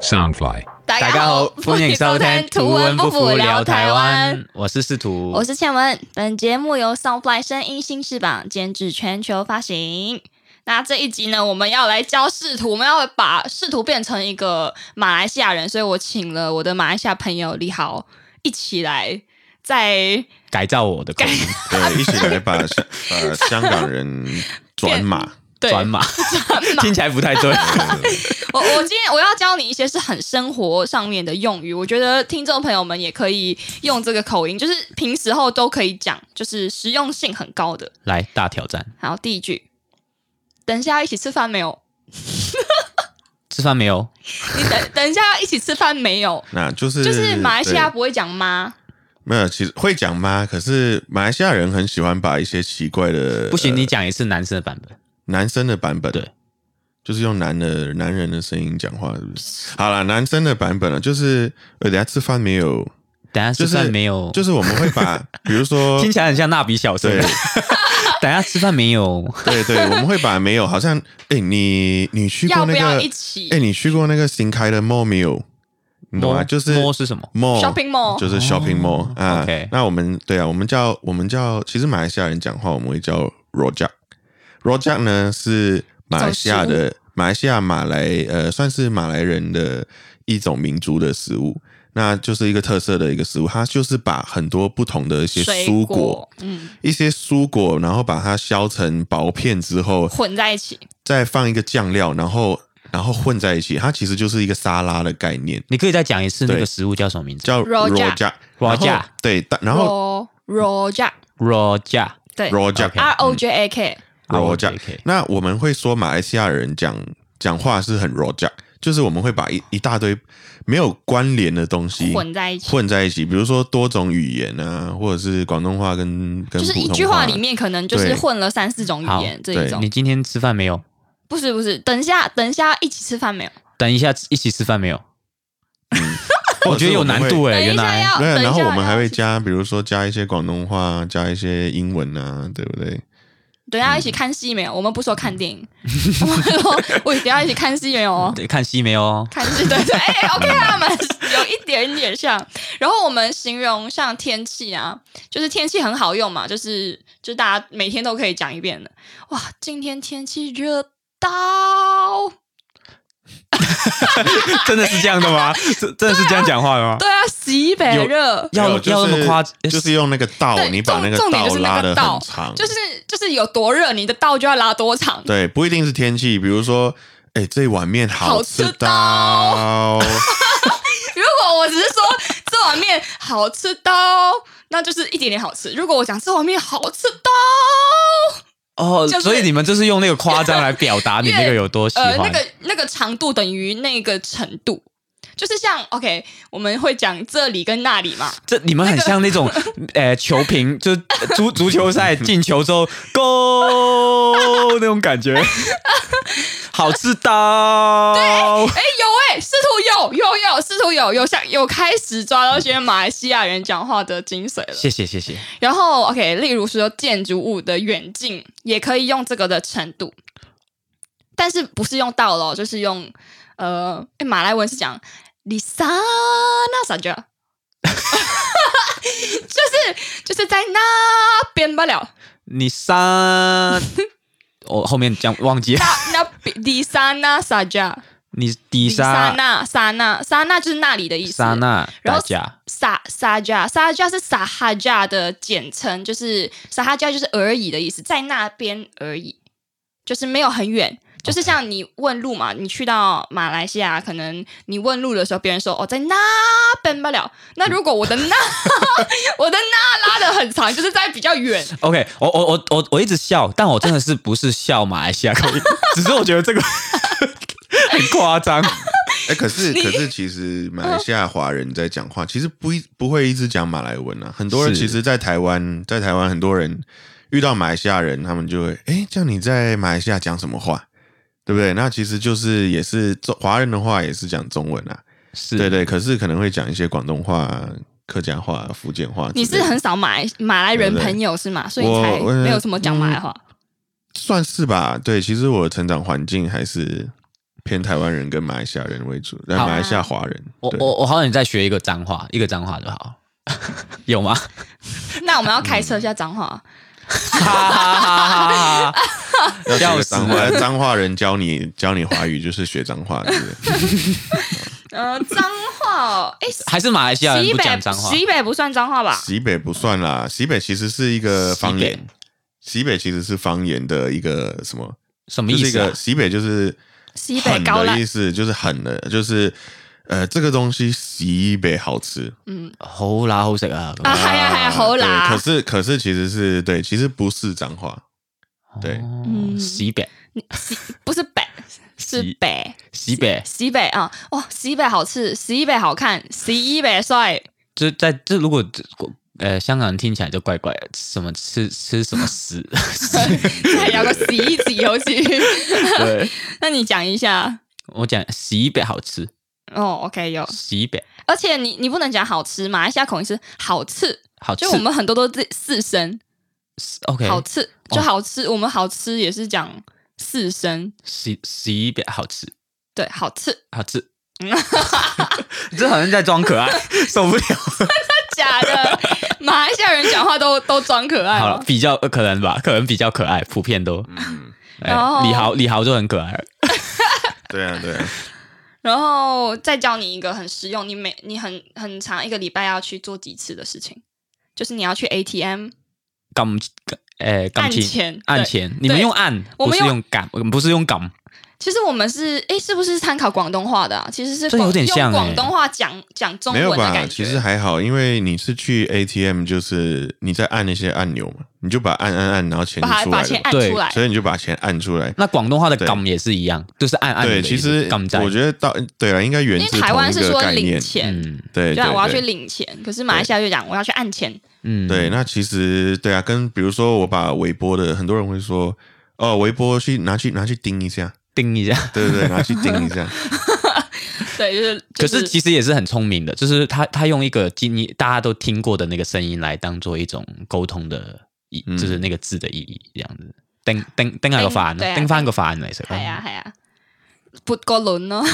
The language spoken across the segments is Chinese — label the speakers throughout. Speaker 1: Soundfly。
Speaker 2: 大
Speaker 3: 大家哎好，欢迎收听《图文不符聊台湾》，我是司徒，
Speaker 2: 我是倩文。本节目由 Soundfly 声音新翅膀监制，全球发行。那这一集呢，我们要来教试图，我们要把试图变成一个马来西亚人，所以我请了我的马来西亚朋友李豪一起来在
Speaker 3: 改造我的口音
Speaker 4: 对，一起来把呃香港人转码。
Speaker 2: 对
Speaker 3: 转码，
Speaker 2: 转码
Speaker 3: 听起来不太对。
Speaker 2: 我我今天我要教你一些是很生活上面的用语，我觉得听众朋友们也可以用这个口音，就是平时候都可以讲，就是实用性很高的。
Speaker 3: 来大挑战，
Speaker 2: 好，第一句，等一下要一起吃饭没有？
Speaker 3: 吃饭没有？
Speaker 2: 你等 等一下要一起吃饭没有？
Speaker 4: 那就是
Speaker 2: 就是马来西亚
Speaker 4: 对
Speaker 2: 不会讲妈，
Speaker 4: 没有，其实会讲吗？可是马来西亚人很喜欢把一些奇怪的
Speaker 3: 不行，
Speaker 4: 呃
Speaker 3: 你讲一次男生的版本。
Speaker 4: 男生的版本，
Speaker 3: 对，
Speaker 4: 就是用男的男人的声音讲话，是不是？好了，男生的版本呢，就是呃，等下吃饭没有？
Speaker 3: 等下
Speaker 4: 就
Speaker 3: 吃
Speaker 4: 是
Speaker 3: 饭没有？
Speaker 4: 就是我们会把，比如 说
Speaker 3: 听起来很像蜡笔小新
Speaker 4: 对。
Speaker 3: 等下吃饭没有？
Speaker 4: 对对，我们会把没有，好像哎、你你去
Speaker 2: 要
Speaker 4: 过
Speaker 2: 不
Speaker 4: 那
Speaker 2: 要
Speaker 4: 个
Speaker 2: 一起
Speaker 4: 哎、你去过那个新开的 mall 没有？你懂吗？
Speaker 3: 摸
Speaker 4: 就是
Speaker 3: 摸啊是什么？
Speaker 4: mall
Speaker 2: shopping mall？
Speaker 4: 就是 shopping mall、啊。
Speaker 3: OK
Speaker 4: 那我们对啊，我们叫我们叫，其实马来西亚人讲话我们会叫 rojak。rojak 呢是马来西亚的马来西亚马来呃，算是马来人的一种民族的食物。那就是一个特色的一个食物，它就是把很多不同的一些
Speaker 2: 水
Speaker 4: 蔬
Speaker 2: 果，嗯，
Speaker 4: 一些蔬果，然后把它削成薄片之后，
Speaker 2: 混在一起，
Speaker 4: 再放一个酱料，然后然后混在一起，它其实就是一个沙拉的概念，
Speaker 3: 你可以再讲一次那个
Speaker 4: 对
Speaker 3: 食物叫什么名字
Speaker 4: 叫
Speaker 2: Rojak
Speaker 4: rojak。
Speaker 3: Rojak
Speaker 4: 然后对，但然后
Speaker 2: rojak，
Speaker 3: ？Roja
Speaker 2: 对
Speaker 4: rojak
Speaker 2: ，r o j a k，
Speaker 4: raw 酱
Speaker 3: ROJK。
Speaker 4: 那我们会说马来西亚人讲讲话是很 raw 酱，就是我们会把一一大堆没有关联的东西
Speaker 2: 混在一起，
Speaker 4: 混在一起，比如说多种语言啊，或者是广东话跟跟
Speaker 2: 就是
Speaker 4: 普
Speaker 2: 一
Speaker 4: 通
Speaker 2: 句
Speaker 4: 话
Speaker 2: 话里面可能就是
Speaker 4: 对
Speaker 2: 混了三四种语
Speaker 3: 好
Speaker 2: 言这一
Speaker 4: 对
Speaker 2: 种
Speaker 3: 你，今天吃饭没有？
Speaker 2: 不是不是，等一下等一下一起吃饭没有？
Speaker 3: 等一下一起吃饭没有？哦我觉得有难度
Speaker 4: 哎。
Speaker 3: 哎、
Speaker 2: 等一
Speaker 3: 原
Speaker 2: 下
Speaker 3: 来
Speaker 2: 要，
Speaker 4: 对，
Speaker 2: 啊等一
Speaker 4: 然后
Speaker 2: 下
Speaker 4: 我们还
Speaker 2: 要
Speaker 4: 会加，比如说加一些广东话，加一些英文啊，对不对？
Speaker 2: 等一下一
Speaker 4: 嗯
Speaker 2: 起看戏没有？我们不说看电影， 我们说 我等一下一起看戏没有哦？
Speaker 3: 对看戏没有哦？
Speaker 2: 看戏对对，哎、 哎 o k 啊，蛮有一点点像。然后我们形容像天气啊，就是天气很好用嘛，就是就大家每天都可以讲一遍的。哇，今天天气热到，
Speaker 3: 真的是这样的吗？真真的是这样讲话的吗？
Speaker 2: 对啊，西北热，
Speaker 4: 没
Speaker 3: 要
Speaker 4: 有
Speaker 3: 要那么夸
Speaker 4: 就是就是用那个道
Speaker 2: 对，
Speaker 4: 你把那个
Speaker 2: 重重点
Speaker 4: 道
Speaker 2: 就是那
Speaker 4: 拉
Speaker 2: 个
Speaker 4: 的
Speaker 2: 道
Speaker 4: 很长，
Speaker 2: 就是就是有多热，你的道就要拉多长。
Speaker 4: 对，不一定是天气，比如说，哎，这碗面
Speaker 2: 好
Speaker 4: 好
Speaker 2: 吃
Speaker 4: 吃到，
Speaker 2: 如果我只是说这碗面好吃到，那就是一点点好吃；如果我讲这碗面好吃到，
Speaker 3: 哦，
Speaker 2: 啊就是
Speaker 3: 所以你们就是用那个夸张来表达你那个有多喜欢。
Speaker 2: 呃，那个那个长度等于那个程度，就是像 OK，我们会讲这里跟那里嘛，
Speaker 3: 这你们很像那种， 呃，球评就是足足球赛进球之后，go 那种感 觉，好哦吃到。
Speaker 2: 哎、有哎、试图有有有试图有有像有开始抓到一些马来西亚人讲话的精髓了。
Speaker 3: 谢谢谢谢，
Speaker 2: 然后 OK，例如说建筑物的远近也可以用这个的程度，但是不是用到了哦，就是用呃，诶马来文是讲 “lisa na s a j 啊就是就是在那边罢了，
Speaker 3: 你 三，我后面讲忘记了，
Speaker 2: 那那 lisa na s a j
Speaker 3: 你迪莎
Speaker 2: 沙那沙那沙那就是那里的意思，
Speaker 3: 莎娜
Speaker 2: 啊然
Speaker 3: 大
Speaker 2: 后
Speaker 3: 家
Speaker 2: 撒撒加撒加是撒哈加的简称，就是撒哈加就是而已的意思，在那边而已，就是没有很远。就是像你问路嘛，你去到马来西亚，可能你问路的时候，别人说哦在那边不了。那如果我的 那我的那拉的很长，就是在比较 远。
Speaker 3: OK，我我我我我一直笑，但我真的是不是笑马来西亚口音，只是我觉得这个 很夸张。
Speaker 4: 哎，可 是
Speaker 2: 你
Speaker 4: 可是，其实马来西亚华人在讲话，其实不一不会一直讲马来文啊。很多人
Speaker 3: 是
Speaker 4: 其实，在台湾，在台湾很多人遇到马来西亚人，他们就会，哎，这样你在马来西亚讲什么话？对不对？那其实就是也是中华人的话，也是讲中文啊。
Speaker 3: 是
Speaker 4: 对对，可是可能会讲一些广东话、客家话、福建话之类
Speaker 2: 你
Speaker 4: 的。
Speaker 2: 是很少马来马来人
Speaker 4: 对对
Speaker 2: 朋友是吗？所以你
Speaker 4: 我
Speaker 2: 才
Speaker 4: 我
Speaker 2: 没有什么讲马来话。
Speaker 4: 算是吧，对，其实我的成长环境还是偏台湾人跟马来西亚人为主，呃，
Speaker 3: 好啊
Speaker 4: 马来西亚华人。
Speaker 3: 我
Speaker 4: 对
Speaker 3: 我我好想你再学一个脏话，一个脏话就好， 有吗？
Speaker 2: 那我们要开车一下脏话，
Speaker 3: 哈哈哈哈哈哈！
Speaker 4: 要
Speaker 3: 笑
Speaker 4: 学
Speaker 3: 死
Speaker 4: 脏话，脏话人教你教你华语就是学脏话，对不对？
Speaker 2: 呃，脏话 哦，哎，
Speaker 3: 还是马来西亚人
Speaker 2: 西
Speaker 3: 不
Speaker 2: 北
Speaker 3: 讲脏话
Speaker 2: 西北不算脏话吧？
Speaker 4: 西北不算啦， 西北其实是一个方
Speaker 3: 西
Speaker 4: 言
Speaker 3: 北，
Speaker 4: 西北其实是方言的一个什么？
Speaker 3: 什么
Speaker 4: 就
Speaker 3: 意
Speaker 4: 是一
Speaker 3: 思、啊
Speaker 4: 个？西北就是
Speaker 2: 西北
Speaker 4: 狠
Speaker 2: 高
Speaker 4: 的
Speaker 2: 粱
Speaker 4: 意，思，就是狠的，就是呃，这个东西西北好 吃
Speaker 2: 嗯
Speaker 3: 好啦好食啊！
Speaker 2: 啊，嗨呀嗨呀，好
Speaker 4: 对
Speaker 2: 啦
Speaker 4: 可，是可是其实是对，其实不是脏话，对
Speaker 3: 哦
Speaker 2: 嗯
Speaker 3: 西北
Speaker 2: 西不是北是
Speaker 3: 西
Speaker 2: 北
Speaker 3: 西北，
Speaker 2: 西北啊，哇，西北好吃，西北好看，西北帅，
Speaker 3: 就在这如果呃香港人听起来就怪怪的，什么吃吃什么屎，
Speaker 2: 再聊个洗一集游戏，
Speaker 3: 对，
Speaker 2: 那你讲一下
Speaker 3: 我讲西北好吃，
Speaker 2: 哦，OK 有，
Speaker 3: 西北
Speaker 2: 而且你你不能讲好吃，马来西亚口音是好吃，
Speaker 3: 好吃
Speaker 2: 就我们很多都是四声，
Speaker 3: OK
Speaker 2: 好吃就好吃，我们好吃也是讲四声，
Speaker 3: 西西北好吃
Speaker 2: 对，好吃，
Speaker 3: 好吃。这好像在装可爱，受不了。
Speaker 2: 假 的，马来西亚人讲话都都装可爱
Speaker 3: 好了，
Speaker 2: 哦，
Speaker 3: 比较呃可能吧，可能比较可爱，普遍都。
Speaker 4: 嗯，
Speaker 3: 哎
Speaker 2: 然后
Speaker 3: 李豪，李豪就很可爱了。
Speaker 4: 对啊对啊，
Speaker 2: 然后再教你一个很实用，你每你很很长一个礼拜要去做几次的事情，就是你要去 ATM
Speaker 3: 感，哎，感
Speaker 2: 按
Speaker 3: 情，
Speaker 2: 钱，
Speaker 3: 按
Speaker 2: 对。
Speaker 3: 钱，你们用按，
Speaker 2: 我
Speaker 3: 不
Speaker 2: 们
Speaker 3: 是
Speaker 2: 用
Speaker 3: 用感，不是用感。
Speaker 2: 其实我们是哎，是不是参考广东话的、啊？其实是
Speaker 3: 这
Speaker 2: 广
Speaker 3: 有点像
Speaker 2: 用
Speaker 3: 哎
Speaker 2: 广东话讲讲中
Speaker 4: 没
Speaker 2: 文
Speaker 4: 有
Speaker 2: 的
Speaker 4: 吧？
Speaker 2: 感觉。
Speaker 4: 其实还好，因为你是去 ATM，就是你在按那些按钮嘛，你就把按按按，然后钱就
Speaker 2: 把它
Speaker 4: 出
Speaker 2: 把
Speaker 4: 来
Speaker 2: 钱
Speaker 4: 了，
Speaker 2: 按
Speaker 3: 对
Speaker 2: 出来，
Speaker 4: 所以你就把钱按出来。
Speaker 3: 那广东话的
Speaker 4: 对
Speaker 3: 感也是一样，就是按按钮的
Speaker 4: 对，
Speaker 3: 意思。
Speaker 4: 其实
Speaker 3: 感在，
Speaker 4: 我觉得到对啊，应该源
Speaker 2: 因为
Speaker 4: 自
Speaker 2: 台湾
Speaker 4: 同一
Speaker 2: 是
Speaker 4: 个
Speaker 2: 说
Speaker 4: 概
Speaker 2: 领
Speaker 4: 念，
Speaker 2: 钱，
Speaker 3: 嗯
Speaker 4: 对
Speaker 2: 就
Speaker 4: 对
Speaker 2: 像我要去
Speaker 4: 对。
Speaker 2: 领钱，可是马来西亚就讲我要去按 钱，
Speaker 3: 嗯，
Speaker 4: 对，那其实对啊，跟比如说我把微波的，很多人会说哦，微波去拿去拿去叮一下，
Speaker 3: 盯一下。
Speaker 4: 对 对对，拿去叮一下，
Speaker 2: 对，就是。
Speaker 3: 可
Speaker 2: 就是
Speaker 3: 其实也是很聪明的，就是他他用一个经大家都听过的那个声音来当做一种沟通的意，
Speaker 4: 嗯
Speaker 3: 就是那个字的意义这样子。叮叮叮下個飯，
Speaker 2: 對啊
Speaker 3: 叮翻個飯嚟食。
Speaker 2: 系啊系啊，拨个轮咯，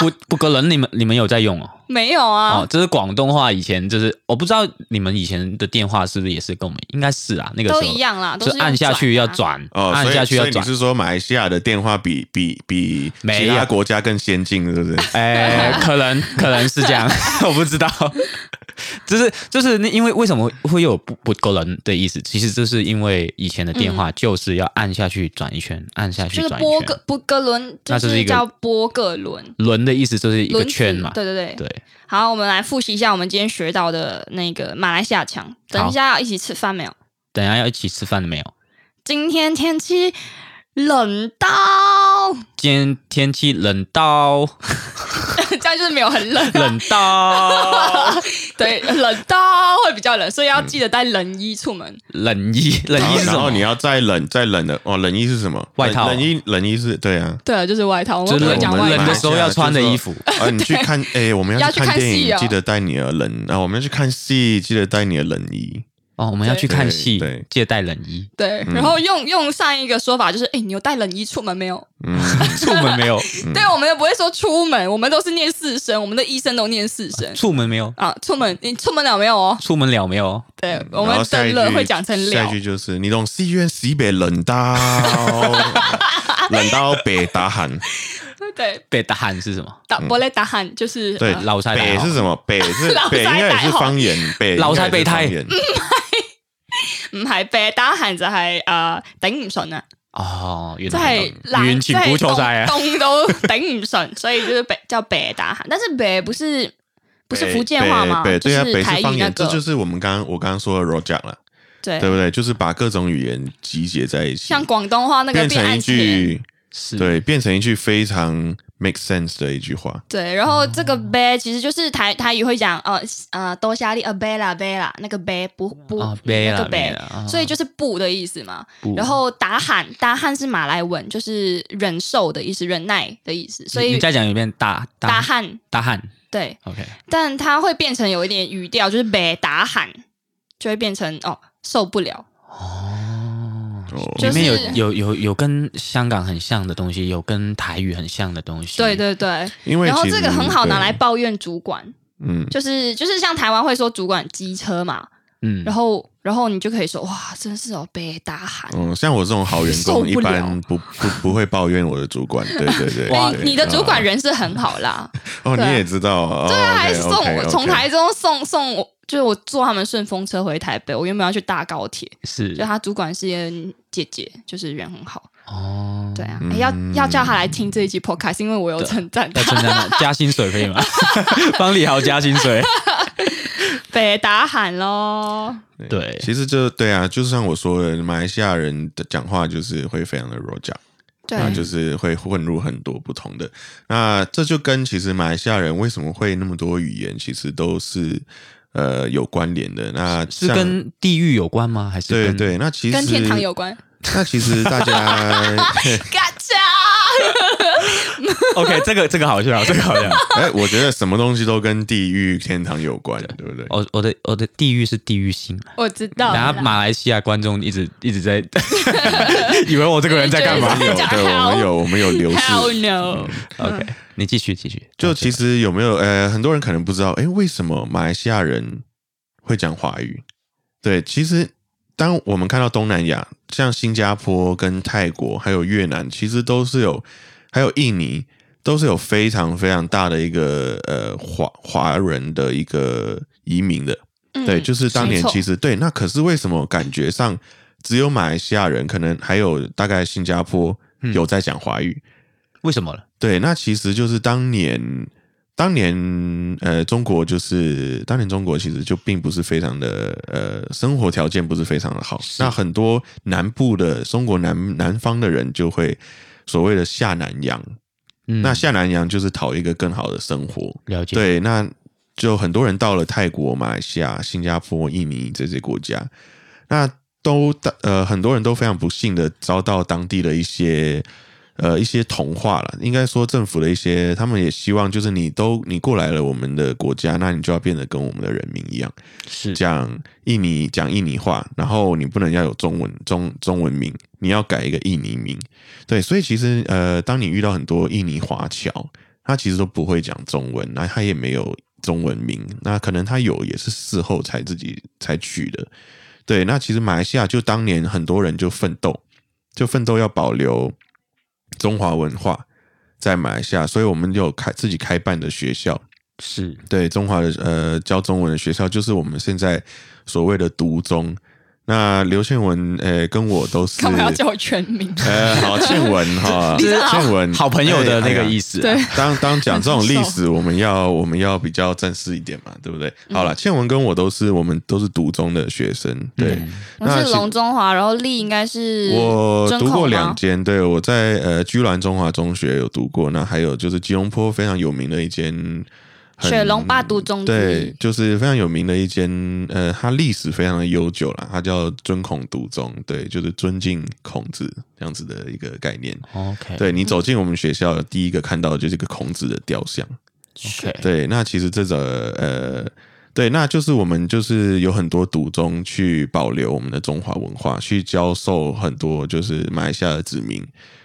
Speaker 3: 不不可能，你们你们有在用哦？
Speaker 2: 没有啊，
Speaker 3: 哦，这是广东话，以前就是我不知道你们以前的电话是不是也是跟我们，应该是啊，那个时候
Speaker 2: 都一，样啦，都
Speaker 3: 就是按下去要
Speaker 2: 用啊
Speaker 3: 转，
Speaker 4: 哦，
Speaker 3: 按
Speaker 4: 所以
Speaker 3: 下去
Speaker 4: 所
Speaker 3: 要
Speaker 4: 以你
Speaker 3: 转。
Speaker 4: 是说马来西亚的电话比比比
Speaker 3: 没
Speaker 4: 其
Speaker 3: 有
Speaker 4: 他国家更先进，是不是？
Speaker 3: 哎、可能可能是这样， 我不知道。就是就是那因为为什么会有不不够人的意思？其实就是因为以前的电话就是要按下去转一圈，按下去
Speaker 2: 转，就是
Speaker 3: 转一
Speaker 2: 波
Speaker 3: 圈。
Speaker 2: 个波格轮，
Speaker 3: 那就是是一个
Speaker 2: 叫波格轮，
Speaker 3: 轮的意思就是一个
Speaker 2: 轮子
Speaker 3: 圈嘛，
Speaker 2: 对对对。
Speaker 3: 对
Speaker 2: 好，我们来复习一下我们今天学到的那个马来西亚腔。等一下要一起吃饭没有？
Speaker 3: 等一下要一起吃饭了没有？
Speaker 2: 今天天气冷到，
Speaker 3: 今天天气冷到
Speaker 2: 这样就是没有很冷，
Speaker 3: 冷到
Speaker 2: 对，冷到会比较冷，所以要记得带冷衣出门。
Speaker 3: 冷意冷
Speaker 4: 然
Speaker 3: 意
Speaker 4: 后
Speaker 3: 是什
Speaker 4: 然后
Speaker 3: 么？
Speaker 4: 你要再冷再冷的哦，冷衣是什么？
Speaker 3: 外套
Speaker 4: 冷冷衣冷衣是对啊。
Speaker 2: 对啊，就是外套，我
Speaker 3: 就
Speaker 2: 们
Speaker 3: 是
Speaker 2: 不会
Speaker 3: 冷
Speaker 2: 讲
Speaker 4: 我
Speaker 2: 外
Speaker 4: 们
Speaker 2: 套
Speaker 3: 冷的时候要穿的 衣服。
Speaker 4: 啊，你去看，哎、我们
Speaker 2: 要
Speaker 4: 要
Speaker 2: 去
Speaker 4: 去看
Speaker 2: 看
Speaker 4: 电
Speaker 2: 戏
Speaker 4: 影，
Speaker 2: 哦。
Speaker 4: 记得带你的冷啊，我们要去看戏，记得带你的冷衣。
Speaker 3: 哦，我们要去看
Speaker 4: 对
Speaker 3: 戏
Speaker 4: 对，
Speaker 3: 借带冷衣
Speaker 2: 对，然后用用上一个说法就是，哎、你有带冷衣出门没有？
Speaker 4: 嗯，
Speaker 3: 出门没有？
Speaker 2: 对，我们又不会说出门，我们都是念四声，我们的医生都念四声
Speaker 3: 出门没有？
Speaker 2: 啊。出门你出门了没有哦？
Speaker 3: 出门了没有？
Speaker 2: 对， 我
Speaker 4: 然
Speaker 2: 们
Speaker 4: 后下一
Speaker 2: 真
Speaker 4: 句
Speaker 2: 了会讲成
Speaker 4: 嗯下
Speaker 2: 了
Speaker 4: 一。句就是你懂戏院西北冷到 冷到北打喊，
Speaker 2: 对，
Speaker 3: 被打喊是什么？
Speaker 2: 打波雷打喊就是
Speaker 4: 嗯对
Speaker 2: 呃，
Speaker 3: 老菜
Speaker 4: 北
Speaker 3: 大号
Speaker 4: 是什么？北是
Speaker 2: 老
Speaker 4: 北应该也是方言，北
Speaker 3: 老菜
Speaker 4: 北
Speaker 3: 备胎
Speaker 2: 唔系白打喊就系诶顶唔顺啊，
Speaker 4: 嗯
Speaker 3: 哦，原
Speaker 2: 即
Speaker 3: 來
Speaker 2: 系冷，
Speaker 3: 完
Speaker 2: 即
Speaker 3: 全估
Speaker 2: 系
Speaker 3: 錯晒
Speaker 2: 冻
Speaker 3: 啊！
Speaker 2: 冻到顶唔顺， 所以就是白叫白打喊。但是白不是不是福建话吗？
Speaker 4: 北
Speaker 2: 就
Speaker 4: 对啊，北
Speaker 2: 台
Speaker 4: 是
Speaker 2: 语
Speaker 4: 方
Speaker 2: 那
Speaker 4: 言，这就
Speaker 2: 个
Speaker 4: 是我们刚刚我刚刚说的 rojak 了，
Speaker 2: 对
Speaker 4: 对，不对？就是把各种语言集结在一起，
Speaker 2: 哎像广东话那个
Speaker 4: 变成一
Speaker 2: 按键
Speaker 4: 句
Speaker 3: 是，
Speaker 4: 对，变成一句非常 make sense 的一句话。
Speaker 2: 对，然后这
Speaker 3: 哦
Speaker 2: 个杯其实就是台台语会讲呃呃多虾利呃杯啦杯啦，那个杯不不、
Speaker 3: 啊，杯
Speaker 2: 那
Speaker 3: 啦
Speaker 2: 个
Speaker 3: 杯
Speaker 2: 杯，
Speaker 3: 啦，啊
Speaker 2: 所以
Speaker 3: 就
Speaker 2: 就是不的意思嘛。然后打喊打喊是马来文，就是忍受的意思，忍耐的意思，所以
Speaker 3: 你再讲一遍，打
Speaker 2: 打
Speaker 3: 打
Speaker 2: 喊
Speaker 3: 打喊
Speaker 2: 对，
Speaker 3: ，OK，
Speaker 2: 但它会变成有一点语调，就是杯打喊就会变成哦受不了，
Speaker 3: 哦，
Speaker 4: 哦
Speaker 2: 就
Speaker 3: 里
Speaker 2: 是
Speaker 3: 面有有有有跟香港很像的东西，有跟台语很像的东西。
Speaker 2: 对对对，
Speaker 4: 因为
Speaker 2: 然后
Speaker 4: 其
Speaker 2: 这个
Speaker 4: 实
Speaker 2: 很好拿
Speaker 4: 对
Speaker 2: 来抱怨主管，
Speaker 4: 嗯，
Speaker 2: 就是就是像台湾会说主管机车嘛，
Speaker 3: 嗯，
Speaker 2: 然后然后你就可以说哇，真是哦被大喊。
Speaker 4: 嗯，像我这种好员
Speaker 2: 受
Speaker 4: 工，一
Speaker 2: 不了
Speaker 4: 般不不不会抱怨我的主管，对对对。
Speaker 3: 哇
Speaker 4: 对
Speaker 2: 你你的主管
Speaker 4: 啊
Speaker 2: 人是很好啦，
Speaker 4: 哦，你
Speaker 2: 对啊
Speaker 4: 也知道啊，对
Speaker 2: 他还送我从台
Speaker 4: 台
Speaker 2: 中送送我，就是我坐他们顺风车回台北，我原本要去搭高铁，
Speaker 3: 是
Speaker 2: 就他主管是一个姐姐，就是人很好，
Speaker 3: 哦，
Speaker 2: 对
Speaker 4: 嗯
Speaker 2: 啊，哎要要叫他来听这一集 podcast，因为我有称赞
Speaker 3: 要
Speaker 2: 他
Speaker 3: 增加 那加薪水可以吗？ 帮李豪加薪水，
Speaker 2: 被打喊喽，
Speaker 3: 对
Speaker 4: 其实就对啊，就像我说的，马来西亚人的讲话就是会非常的弱讲。
Speaker 2: 对，
Speaker 4: 那就是会混入很多不同的。那这就跟其实马来西亚人为什么会那么多语言，其实都是呃有关联的。那
Speaker 3: 是
Speaker 4: 像
Speaker 3: 跟地域有关吗？还是
Speaker 4: 对
Speaker 3: 跟？
Speaker 4: 对，那其实
Speaker 2: 跟天堂有关，
Speaker 4: 那其实大家，
Speaker 2: 嘎嚓，
Speaker 3: OK，这个这个好笑，这个好笑。
Speaker 4: 哎，我觉得什么东西都跟地狱、天堂有关，对不对？
Speaker 3: 我我的我的地域是地域性，
Speaker 2: 我知道
Speaker 3: 然
Speaker 2: 啦。
Speaker 3: 后马来西亚观众一直一直 在 以为我这个人在干
Speaker 4: 我
Speaker 3: 嘛
Speaker 4: 们有，
Speaker 2: 讲
Speaker 4: 对，
Speaker 2: 好
Speaker 4: 我们有，我们有流逝。
Speaker 2: Hell no！
Speaker 3: ？OK，你继续继续，
Speaker 4: 就其实有没有呃，很多人可能不知道，哎，为什么马来西亚人会讲华语？对，其实当我们看到东南亚，像新加坡、跟泰国还有越南，其实都是有，还有印尼，都是有非常非常大的一个呃华华人的一个移民的。对，
Speaker 2: 嗯
Speaker 4: 就是当
Speaker 2: 没
Speaker 4: 年
Speaker 2: 错
Speaker 4: 其实对，那可是为什么感觉上只有马来西亚人，可能还有大概新加坡
Speaker 2: 嗯
Speaker 4: 有在讲华语？
Speaker 3: 为什么了？
Speaker 4: 对，那其实就是当年，当年呃，中国就是当年中国其实就并不是非常的呃，生活条件不是非常的好。那很多南部的中国南南方的人就会所谓的下南洋，
Speaker 3: 嗯
Speaker 4: 那下南洋就是讨一个更好的生活。
Speaker 3: 了解，
Speaker 4: 对，那就很多人到了泰国、马来西亚、新加坡、印尼这些国家，那都呃很多人都非常不幸的遭到当地的一些呃一些同化了。应该说政府的一些，他们也希望就是你都你过来了我们的国家，那你就要变得跟我们的人民一样，
Speaker 3: 是
Speaker 4: 讲印尼讲印尼话，然后你不能要有中文中中文名，你要改一个印尼名。对，所以其实呃，当你遇到很多印尼华侨，他其实都不会讲中文，那他也没有中文名，那可能他有也是事后才自己才取的。对，那其实马来西亚就当年很多人就奋斗，就奋斗要保留中华文化在马来西亚，所以我们就有开自己开办的学校，
Speaker 3: 是
Speaker 4: 对中华的呃教中文的学校，就是我们现在所谓的独中。那刘宪文呃跟我都是
Speaker 2: 干嘛要叫我全名？
Speaker 4: 呃，好，倩文 哈，
Speaker 2: 这是
Speaker 4: 倩文
Speaker 3: 好朋友的那个意
Speaker 4: 思。
Speaker 3: 思，啊
Speaker 2: 对，
Speaker 4: 当当讲这种历史，我们要我们要比较正式一点嘛，对不对？
Speaker 2: 嗯
Speaker 4: 好了，倩文跟我都是我们都是读中的学生，对。
Speaker 3: 嗯
Speaker 2: 我
Speaker 4: 那
Speaker 2: 是
Speaker 4: 其
Speaker 2: 龙中华，然后丽应该是
Speaker 4: 我
Speaker 2: 尊
Speaker 4: 读
Speaker 2: 孔
Speaker 4: 过
Speaker 2: 吗
Speaker 4: 两间，对我在呃居銮中华中学有读过，那还有就是吉隆坡非常有名的一间很
Speaker 2: 雪龙八度中
Speaker 4: 对
Speaker 2: 之，
Speaker 4: 就是非常有名的一间，呃，它历史非常的悠久啦，它叫尊孔读中，对，就是尊敬孔子这样子的一个概念。
Speaker 3: ，OK，
Speaker 4: 对你走进我们学校，第一个看到的就是一个孔子的雕像。
Speaker 3: ，OK，
Speaker 4: 对，那其实这种呃，对，那就是我们就是有很多读中去保留我们的中华文化，去教授很多就是马来西亚的子民，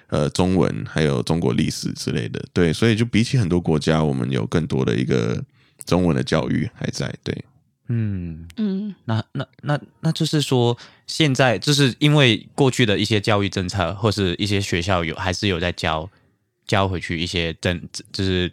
Speaker 4: 呃，中文还有中国历史之类的。对，所以就比起很多国家，我们有更多的一个中文的教育还在。对，
Speaker 3: 嗯，
Speaker 2: 嗯，
Speaker 3: 那那那那就是说，现在就是因为过去的一些教育政策，或是一些学校有还是有在教教回去一些政，就是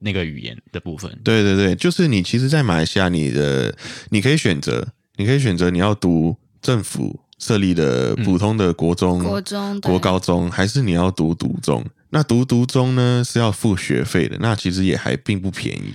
Speaker 3: 那个语言的部分。
Speaker 4: 对对对，就是你其实，在马来西亚，你的你可以选择，你可以选择你要读政府设立的普通的国中、
Speaker 2: 国中
Speaker 4: 国，高中，还是你要读读中？那读读中呢是要付学费的，那其实也还并不便宜。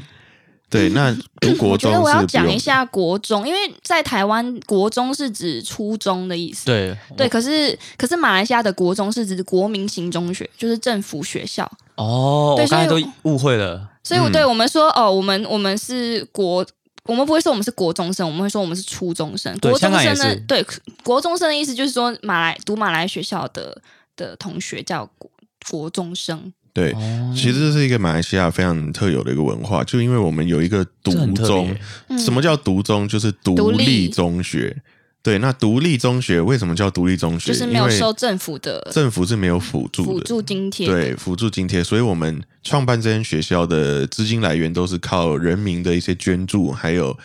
Speaker 4: 对，那读
Speaker 2: 对嗯
Speaker 4: 国
Speaker 2: 我觉
Speaker 4: 中
Speaker 2: 得我要
Speaker 4: 是不
Speaker 2: 讲
Speaker 4: 用
Speaker 2: 一。下国中，因为在台湾国中是指初中的意思。
Speaker 3: 对
Speaker 2: 对，可是可是马来西亚的国中是指国民型中学，就是政府学校。
Speaker 3: 哦，
Speaker 2: 对
Speaker 3: 我刚才都
Speaker 2: 所以
Speaker 3: 误会了。
Speaker 2: 所
Speaker 4: 嗯
Speaker 2: 以我对我们说，哦，我们我们是国，我们不会说我们是国中生，我们会说我们是初中生。
Speaker 3: 对
Speaker 2: 国中
Speaker 3: 香
Speaker 2: 生
Speaker 3: 港也
Speaker 2: 呢
Speaker 3: 是，
Speaker 2: 对国中生的意思就是说，马来读马来学校的的同学叫国国中生。
Speaker 4: 对，
Speaker 3: 哦，
Speaker 4: 其实这是一个马来西亚非常特有的一个文化，就因为我们有一个独
Speaker 3: 这很特
Speaker 4: 中
Speaker 3: 别，
Speaker 2: 嗯
Speaker 4: 什么叫独中？就是独
Speaker 2: 独立
Speaker 4: 立中学。对，那独立中学为什么叫独立中学？
Speaker 2: 就是没有
Speaker 4: 因为
Speaker 2: 收政府的
Speaker 4: 政府是没有辅助的，
Speaker 2: 辅助津贴。
Speaker 4: 对，辅助津贴，所以我们创办这间学校的资金来源都是靠人民的一些捐助，还有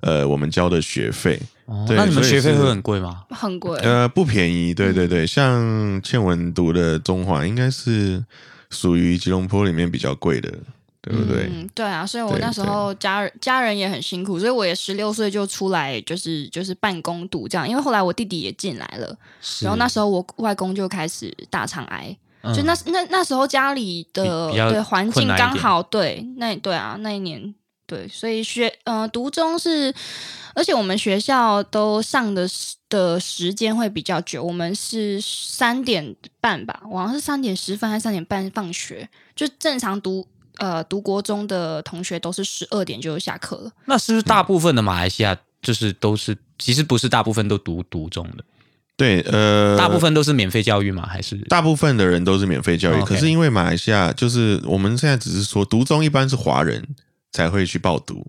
Speaker 4: 呃我们交的学费，
Speaker 3: 哦
Speaker 4: 对
Speaker 3: 那你们
Speaker 4: 所以
Speaker 3: 学费
Speaker 4: 是
Speaker 3: 会很贵吗？
Speaker 2: 很贵，
Speaker 4: 呃不便宜，对对对，像倩文读的中华应该是属于吉隆坡里面比较贵的，对不对？
Speaker 2: 嗯，对啊，所以我
Speaker 4: 对
Speaker 2: 那时候家人家人也很辛苦，所以我也十六岁就出来，就是就是半工读这样。因为后来我弟弟也进来了，然后那时候我外公就开始大肠癌，
Speaker 3: 候
Speaker 2: 就那那那时候家里的
Speaker 3: 嗯比比较
Speaker 2: 对环
Speaker 3: 困
Speaker 2: 境
Speaker 3: 难一
Speaker 2: 刚
Speaker 3: 点
Speaker 2: 好对那对啊那一年对，所以学呃读中是，而且我们学校都上的时的时间会比较久，我们是三点半吧，我好像是三点十分还是三点半放学，就正常读呃读国中的同学都是十二点就下课了，
Speaker 3: 那是不是大部分的马来西亚就是都是，其实不是大部分都读读中的，
Speaker 4: 对，呃，
Speaker 3: 大部分都是免费教育嘛，还是
Speaker 4: 大部分的人都是免费教育，
Speaker 3: OK
Speaker 4: 可是因为马来西亚就是我们现在只是说读中一般是华人才会去报读，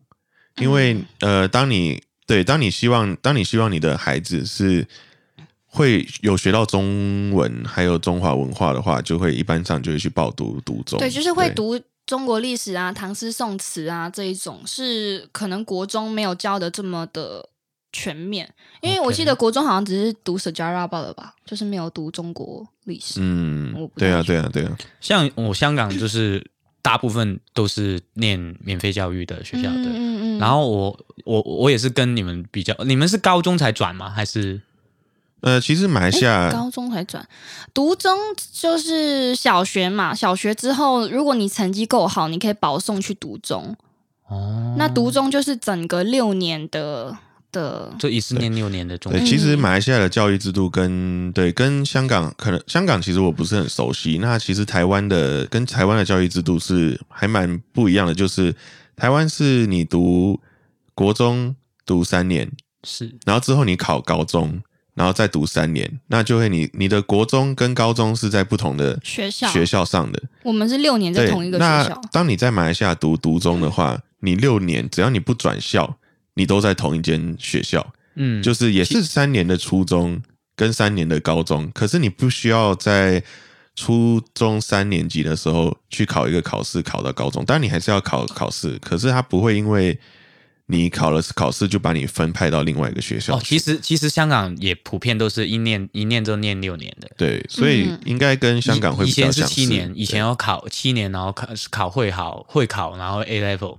Speaker 4: 因为、呃，当你对当你希望当你希望你的孩子是会有学到中文还有中华文化的话，就会一般上就会去报读读中，
Speaker 2: 对，就是会读中国历史啊、唐诗宋词啊这一种，是可能国中没有教的这么的全面，因为我
Speaker 3: OK
Speaker 2: 记得国中好像只是读 sejarah 罢了吧，就是没有读中国历史。我
Speaker 4: 嗯，
Speaker 2: 不太
Speaker 4: 对啊，
Speaker 2: 确
Speaker 4: 对啊，对啊，
Speaker 3: 像我香港就是大部分都是念免费教育的学校的，
Speaker 2: 嗯
Speaker 3: 然后我我我也是跟你们比较，你们是高中才转吗？还是
Speaker 4: 呃，其实马来西亚、
Speaker 2: 高中才转，读中就是小学嘛。小学之后，如果你成绩够好，你可以保送去读中。
Speaker 3: 哦，
Speaker 2: 那读中就是整个六年的的，
Speaker 3: 就一次念六年的中
Speaker 4: 对，
Speaker 3: 学？
Speaker 4: 其
Speaker 2: 嗯
Speaker 4: 实马来西亚的教育制度跟对跟香港可能香港其实我不是很熟悉。那其实台湾的跟台湾的教育制度是还蛮不一样的，就是台湾是你读国中读三年，
Speaker 3: 是
Speaker 4: 然后之后你考高中，然后再读三年，那就会你你的国中跟高中是在不同的
Speaker 2: 学校
Speaker 4: 学校上的。
Speaker 2: 我们是六年在
Speaker 4: 对，
Speaker 2: 同一个
Speaker 4: 那
Speaker 2: 学校。
Speaker 4: 当你在马来西亚读读中的话，你六年只要你不转校，你都在同一间学校。
Speaker 3: 嗯，
Speaker 4: 就是也是三年的初中跟三年的高中，可是你不需要在初中三年级的时候去考一个考试，考到高中。当然你还是要考考试，可是他不会因为你考了考试就把你分派到另外一个学校
Speaker 3: 哦，
Speaker 4: 去。
Speaker 3: 其实其实香港也普遍都是一念一念就念六年的。
Speaker 4: 对，所以
Speaker 2: 嗯
Speaker 4: 应该跟香港会
Speaker 3: 以
Speaker 4: 比
Speaker 3: 以
Speaker 4: 较
Speaker 3: 前
Speaker 4: 相
Speaker 3: 是
Speaker 4: 似。
Speaker 3: 七年，以前要考七年，然后考考会考会考，然后 A level。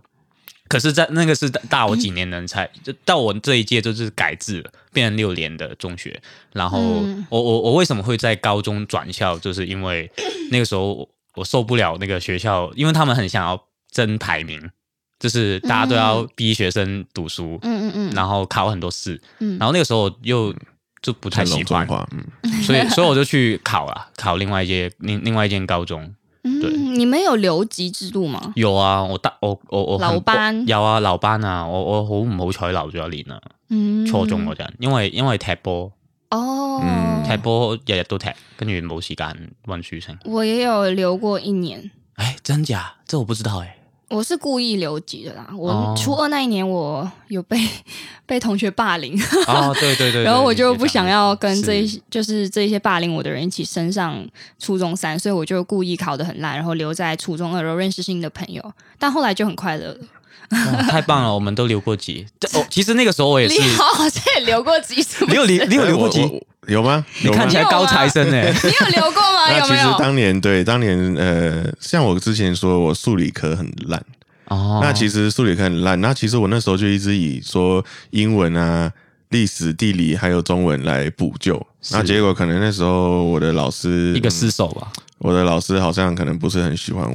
Speaker 3: 可是在，那个是大大我几年人 才，就到我这一届就是改制了，变成六年的中学。然后我、
Speaker 2: 嗯
Speaker 3: 我我为什么会在高中转校，就是因 为那个时候我我受不了那个学校，因为他们很想要争排名，就是大家都
Speaker 4: 嗯
Speaker 3: 要逼学生读书，
Speaker 2: 嗯嗯嗯，
Speaker 3: 然后考很多试。
Speaker 2: 嗯
Speaker 3: 然后那个时候又就不太
Speaker 4: 成
Speaker 3: 喜
Speaker 4: 龙中
Speaker 3: 欢，
Speaker 4: 华，嗯，
Speaker 3: 所以所以我就去考了，考另外一届另另外一间高中。对
Speaker 2: 嗯，你们有留级制度吗？
Speaker 3: 有啊，我大我我我
Speaker 2: 老班
Speaker 3: 我有啊，老班啊，我我好唔好彩留咗一年啊，
Speaker 2: 嗯，
Speaker 3: 初中嗰陣，因為因為踢波，
Speaker 2: 哦，
Speaker 4: 嗯
Speaker 3: 踢波日日都踢，跟住冇時間温書成。
Speaker 2: 我也有留过一年，
Speaker 3: 哎，真假？这我不知道 哎、
Speaker 2: 我是故意留级的啦。
Speaker 3: 哦
Speaker 2: 我初二那一年，我有被 被同学霸凌，
Speaker 3: 哦，对对对
Speaker 2: 然后我就不想要跟这一
Speaker 3: 些
Speaker 2: 些就是这些霸凌我的人一起升上初中三，所以我就故意考得很烂，然后留在初中二，然后认识新的朋友，但后来就很快乐了。
Speaker 3: 太棒了，我们都留过级。这哦，其实那个时候我也是
Speaker 2: 你，好，好像也留过级，是不
Speaker 3: 你
Speaker 2: 是
Speaker 3: 有留你有留过
Speaker 4: 哎
Speaker 3: 级？
Speaker 4: 我我有吗？
Speaker 3: 你
Speaker 4: 有啊吗
Speaker 3: 看起来高材生哎、
Speaker 2: 你有留 过吗？
Speaker 4: 那
Speaker 2: 有
Speaker 4: 其
Speaker 2: 没
Speaker 4: 实
Speaker 2: 有？
Speaker 4: 当年对当年呃，像我之前说，我数理科很烂，
Speaker 3: 哦，
Speaker 4: 那其实数理科很烂，那其实我那时候就一直以说英文啊、历史、地理还有中文来补救。那结果可能那时候我的老师，
Speaker 3: 一个
Speaker 4: 嗯
Speaker 3: 失手啊吧，
Speaker 4: 我的老师好像可能不是很喜欢我，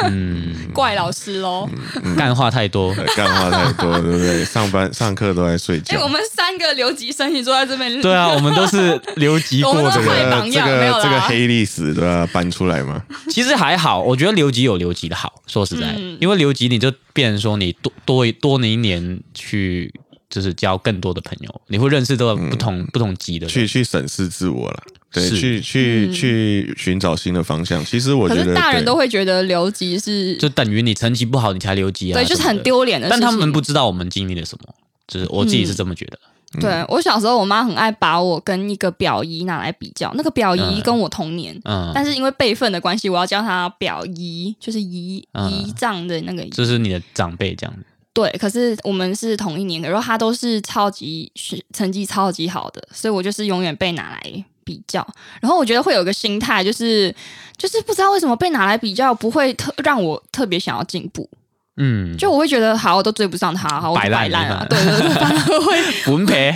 Speaker 3: 嗯，
Speaker 2: 怪老师喽！
Speaker 4: 嗯
Speaker 3: 干话太多。
Speaker 4: 呃干话太多，对不对？上班上课都在睡
Speaker 2: 哎、
Speaker 4: 觉。
Speaker 2: 我们三个留级生，你坐在这 边，
Speaker 3: 对啊，我们都是留级过
Speaker 2: 哎我们
Speaker 3: 的
Speaker 2: 都
Speaker 4: 这
Speaker 2: 坏
Speaker 4: 个
Speaker 2: 榜
Speaker 4: 这
Speaker 2: 样没有
Speaker 4: 个
Speaker 2: 啦
Speaker 4: 这个黑历史都要搬出来嘛？
Speaker 3: 其实还好，我觉得留级有留级的好。说实在，
Speaker 2: 嗯
Speaker 3: 因为留级你就变成说你多多一多你一年去，就是交更多的朋友，你会认识到不同、不同级的人。
Speaker 4: 去去审视自我了，对，
Speaker 3: 是
Speaker 4: 去去
Speaker 2: 嗯
Speaker 4: 去寻找新的方向。其实我
Speaker 2: 可
Speaker 4: 觉
Speaker 2: 是
Speaker 4: 得
Speaker 2: 大人
Speaker 4: 对
Speaker 2: 都会觉得留级是，
Speaker 3: 就等于你成绩不好你才留级啊，
Speaker 2: 对，就
Speaker 3: 什
Speaker 2: 是
Speaker 3: 么的
Speaker 2: 很。丢脸的事
Speaker 3: 但
Speaker 2: 情。嗯
Speaker 3: 他们不知道我们经历了什么，就是我自己是这么觉得。嗯
Speaker 2: 对我小时候，我妈很爱把我跟一个表姨拿来比较，那个表姨
Speaker 3: 嗯
Speaker 2: 跟我同年，
Speaker 3: 嗯，
Speaker 2: 但是因为辈分的关系，我要叫她表姨，就是姨
Speaker 3: 嗯
Speaker 2: 姨丈的那个姨。
Speaker 3: 就是你的长辈这样子，
Speaker 2: 对，可是我们是同一年的，然后她都是超级学成绩超级好的，所以我就是永远被拿来比较。然后我觉得会有一个心态，就是就是不知道为什么被拿来比较，不会特让我特别想要进步，
Speaker 3: 嗯，
Speaker 2: 就我会觉得好，我都追不上她，好，我就
Speaker 3: 摆烂
Speaker 2: 摆烂啊，
Speaker 3: 你
Speaker 2: 对 对对，反而会
Speaker 3: 本 培，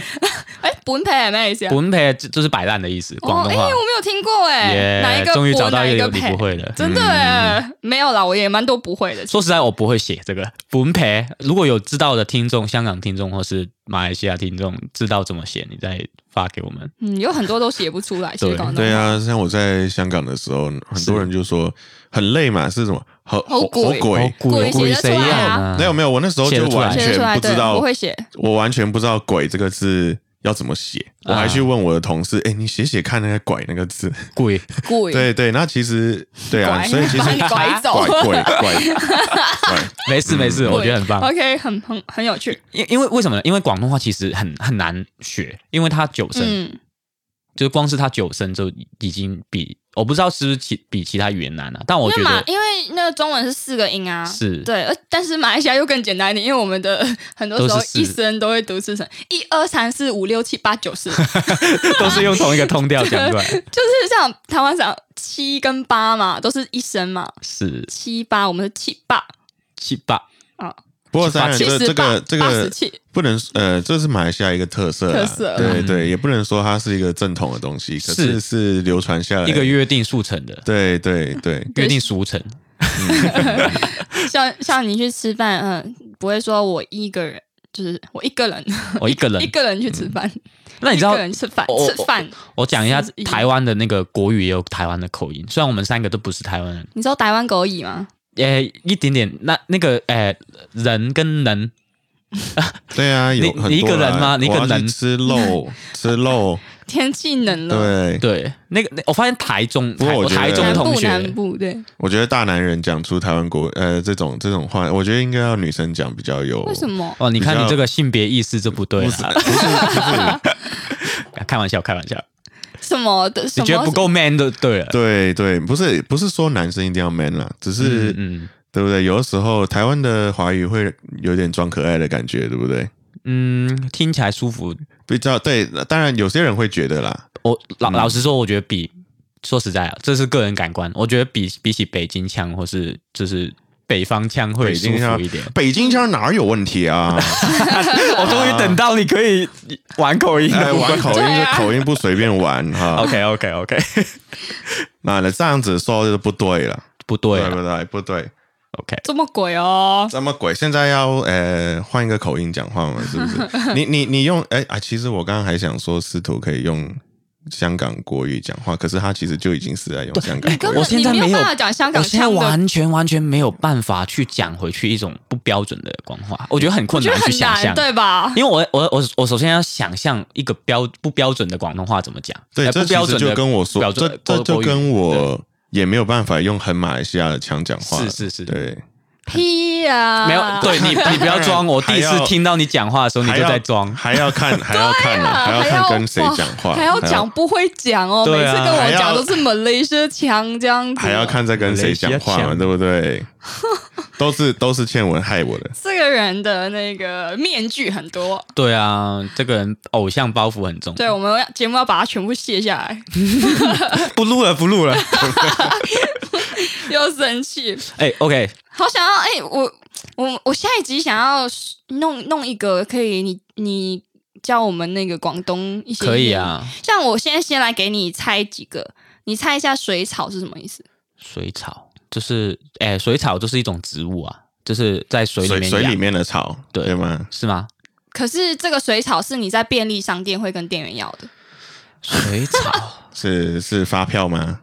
Speaker 2: 哎，本培咩意思啊？
Speaker 3: 本培就就是摆烂的意思，广
Speaker 2: 哦，
Speaker 3: 东
Speaker 2: 哎、
Speaker 3: 话
Speaker 2: 我。没有听过哎、
Speaker 3: 耶
Speaker 2: 哪一个
Speaker 3: 终于
Speaker 2: 博
Speaker 3: 找到
Speaker 2: 哪
Speaker 3: 一
Speaker 2: 一
Speaker 3: 个
Speaker 2: 个
Speaker 3: 你
Speaker 2: 配
Speaker 3: 不会嗯的，
Speaker 2: 真的哎、没有啦，我也蛮多不会的。
Speaker 3: 说实在，我不会写这个文培。如果有知道的听众，香港听众或是马来西亚听众知道怎么写，你再发给我们。
Speaker 2: 嗯，有很多都写不出来，写
Speaker 3: 对
Speaker 2: 广东话
Speaker 4: 对，啊，像我在香港的时候，很多人就说很累嘛，是什么？好
Speaker 2: 好
Speaker 4: 鬼
Speaker 2: 鬼
Speaker 3: 哦
Speaker 4: 鬼。
Speaker 2: 鬼写得出来啊
Speaker 4: 没有没有，我那时候
Speaker 3: 写
Speaker 4: 就
Speaker 3: 得出来
Speaker 4: 完
Speaker 2: 写得
Speaker 4: 全
Speaker 2: 出来
Speaker 4: 不知
Speaker 2: 对，
Speaker 4: 道
Speaker 2: 我，会写。
Speaker 4: 我完全不知道“鬼”这个字要怎么写。
Speaker 2: 啊
Speaker 4: 我还去问我的同事，哎，你写写看那个“鬼”那个字。
Speaker 3: 鬼，
Speaker 2: 鬼
Speaker 4: 对对，那其实对 啊，
Speaker 2: 拐
Speaker 4: 所以 其实
Speaker 2: 把你拐走
Speaker 4: 拐拐拐拐
Speaker 3: 没事没事，
Speaker 2: 嗯鬼
Speaker 3: 我觉得很棒。
Speaker 2: OK，很很很有趣。
Speaker 3: 因因为为什么呢？因为广东话其实很很难学，因为它九声，
Speaker 2: 嗯，
Speaker 3: 就是光是它九声就已经比我不知道是不是其比其他语言难了、但我
Speaker 2: 因
Speaker 3: 觉
Speaker 2: 为马
Speaker 3: 得
Speaker 2: 因为那个中文是四个音啊，
Speaker 3: 是
Speaker 2: 对，而但是马来西亚又更简单一点，因为我们的 很多时候
Speaker 3: 都是四
Speaker 2: 一声都会读四声，一二三四五六七八九十，
Speaker 3: 都是用同一个通调讲出 来，
Speaker 2: 就是像台湾讲七跟八嘛，都是一声嘛，
Speaker 3: 是
Speaker 2: 七八我们是七八，
Speaker 3: 七八
Speaker 4: 不 过当然，
Speaker 2: 七
Speaker 4: 这
Speaker 2: 十
Speaker 4: 这
Speaker 2: 八
Speaker 4: 个这
Speaker 2: 八十
Speaker 4: 个
Speaker 2: 七，
Speaker 4: 不能呃，这是马来西亚一个特色啦，
Speaker 2: 特色
Speaker 4: 对
Speaker 3: 嗯
Speaker 4: 对，也不能说它是一个正统的东西，可是
Speaker 3: 是
Speaker 4: 是流传下来
Speaker 3: 一个，约定速成的，
Speaker 4: 对对对，
Speaker 3: 约定俗成。
Speaker 2: 像像你去吃饭，嗯，不会说我一个人，就是我一个人，
Speaker 3: 我哦一个人 嗯
Speaker 2: 一，个人去吃饭，
Speaker 3: 那你知
Speaker 2: 一
Speaker 3: 道
Speaker 2: 个人吃饭
Speaker 3: 我我
Speaker 2: 吃饭，
Speaker 3: 我讲一下
Speaker 2: 是一
Speaker 3: 台湾的那个国语也有台湾的口音，虽然我们三个都不是台湾人，
Speaker 2: 你知道台湾狗语吗？
Speaker 3: 呃，一点点那那个呃人跟人，
Speaker 4: 对啊，有
Speaker 3: 你
Speaker 4: 很多啦
Speaker 3: 你一个人吗你一个人
Speaker 4: 我要去吃肉 吃肉，
Speaker 2: 天气冷了，
Speaker 4: 对，
Speaker 3: 对，那个那我发现台中
Speaker 4: 不过
Speaker 3: 台
Speaker 4: 我觉得
Speaker 3: 台中
Speaker 2: 南
Speaker 3: 同
Speaker 2: 部南
Speaker 3: 学哦
Speaker 2: 部对，
Speaker 4: 我觉得大男人讲出台湾国呃这种这种话，我觉得应该要女生讲比较有
Speaker 2: 为什么？
Speaker 3: 哦，你
Speaker 4: 比
Speaker 3: 看
Speaker 4: 较
Speaker 3: 你这个性别意识就不对
Speaker 4: 不
Speaker 3: 了
Speaker 4: 是
Speaker 3: 啊，
Speaker 4: 不是不是，
Speaker 3: 开玩笑开玩笑，
Speaker 2: 什么的？什
Speaker 3: 你
Speaker 2: 么
Speaker 3: 觉得不够 man 就对了，
Speaker 4: 对对，不是不是说男生一定要 man 啦，只是
Speaker 3: 嗯
Speaker 4: 对不对？有的时候台湾的华语会有点装可爱的感觉，对不对？
Speaker 3: 嗯嗯，听起来舒服。
Speaker 4: 比较对，当然有些人会觉得啦，
Speaker 3: 我老
Speaker 4: 嗯
Speaker 3: 老实说，我觉得比说实在啊，这是个人感官，我觉得比比起北京腔或是就是北方腔会
Speaker 4: 北
Speaker 3: 舒
Speaker 4: 京腔
Speaker 3: 服一点。
Speaker 4: 北京腔哪有问 题啊？
Speaker 3: 我终于等到你可以玩口音
Speaker 4: 哎，
Speaker 3: 了。
Speaker 4: 玩口音
Speaker 2: 对啊
Speaker 4: 口音不随便玩 哈。
Speaker 3: OK OK OK，
Speaker 4: 那你这样子说就不对了，
Speaker 3: 不对
Speaker 4: 对
Speaker 3: 啊
Speaker 4: 不对？不对，
Speaker 3: ，OK，
Speaker 2: 这么鬼哦？
Speaker 4: 这么鬼，现在要呃换一个口音讲话嘛，是 不是？你你你用哎啊，其实我刚刚还想说，试图可以用香港国语讲话，可是他其实就已经是在用香港
Speaker 2: 你根本
Speaker 4: 国语
Speaker 3: 我。现在
Speaker 2: 你没
Speaker 3: 没
Speaker 2: 有
Speaker 3: 有
Speaker 2: 办法讲香港
Speaker 3: 我现在
Speaker 2: 腔的
Speaker 3: 完全完全没有办法去讲回去一种不标准的广话，我觉得很
Speaker 2: 我
Speaker 3: 困
Speaker 2: 觉得
Speaker 3: 难去
Speaker 2: 很
Speaker 3: 想象
Speaker 2: 难，。对吧？
Speaker 3: 因为我我我我首先要想象一个标不标准的广东话怎么讲，
Speaker 4: 对，
Speaker 3: 呃
Speaker 4: 这
Speaker 3: 不
Speaker 4: 其
Speaker 3: 标
Speaker 4: 实
Speaker 3: 准
Speaker 4: 就
Speaker 3: 的
Speaker 4: 跟我
Speaker 3: 标
Speaker 4: 说，这
Speaker 3: 准的
Speaker 4: 这
Speaker 3: 国
Speaker 4: 就
Speaker 3: 国语
Speaker 4: 跟我也没有办法用很马来西亚的腔讲话了。
Speaker 3: 是是是
Speaker 4: 对。
Speaker 2: 屁呀、
Speaker 3: 没有对你你不要装，我第一
Speaker 4: 还
Speaker 3: 次
Speaker 4: 要
Speaker 3: 听到你讲话的时候你
Speaker 4: 还
Speaker 3: 就
Speaker 4: 要
Speaker 3: 在装，
Speaker 4: 还要看，还要看呢、
Speaker 2: 啊
Speaker 4: 还要看跟谁
Speaker 2: 哇
Speaker 4: 讲话，
Speaker 2: 还要讲，不会讲哦，每
Speaker 3: 对啊
Speaker 2: 次跟
Speaker 4: 还
Speaker 2: 我
Speaker 4: 要
Speaker 2: 讲都是 Malaysia 腔这样子，
Speaker 4: 还要看在跟谁讲话
Speaker 3: 马来西亚
Speaker 4: 嘛，
Speaker 3: 腔
Speaker 4: 对 不对？都是都是欠我害我的，
Speaker 2: 这个人的那个面具很多，
Speaker 3: 对啊，这个人偶像包袱很重，
Speaker 2: 对，我们要节目要把它全部卸下来，
Speaker 3: 不录了不录了，
Speaker 2: 又 生气，
Speaker 3: 哎 OK，
Speaker 2: 好想要哎、我我我下一集想要弄弄一个可以你你教我们那个广东一些
Speaker 3: 可以，啊，
Speaker 2: 像我现在先来给你猜几个，你猜一下水草是什么意思？
Speaker 3: 水草就是，哎、水草就是一种植物啊，就是在水里
Speaker 4: 水
Speaker 3: 面
Speaker 4: 水里
Speaker 3: 养
Speaker 4: 面的草，
Speaker 3: 对
Speaker 4: 对吗？
Speaker 3: 是 吗？
Speaker 2: 可是这个水草是你在便利商店会跟店员要的，
Speaker 3: 水草，
Speaker 4: 是是发票吗？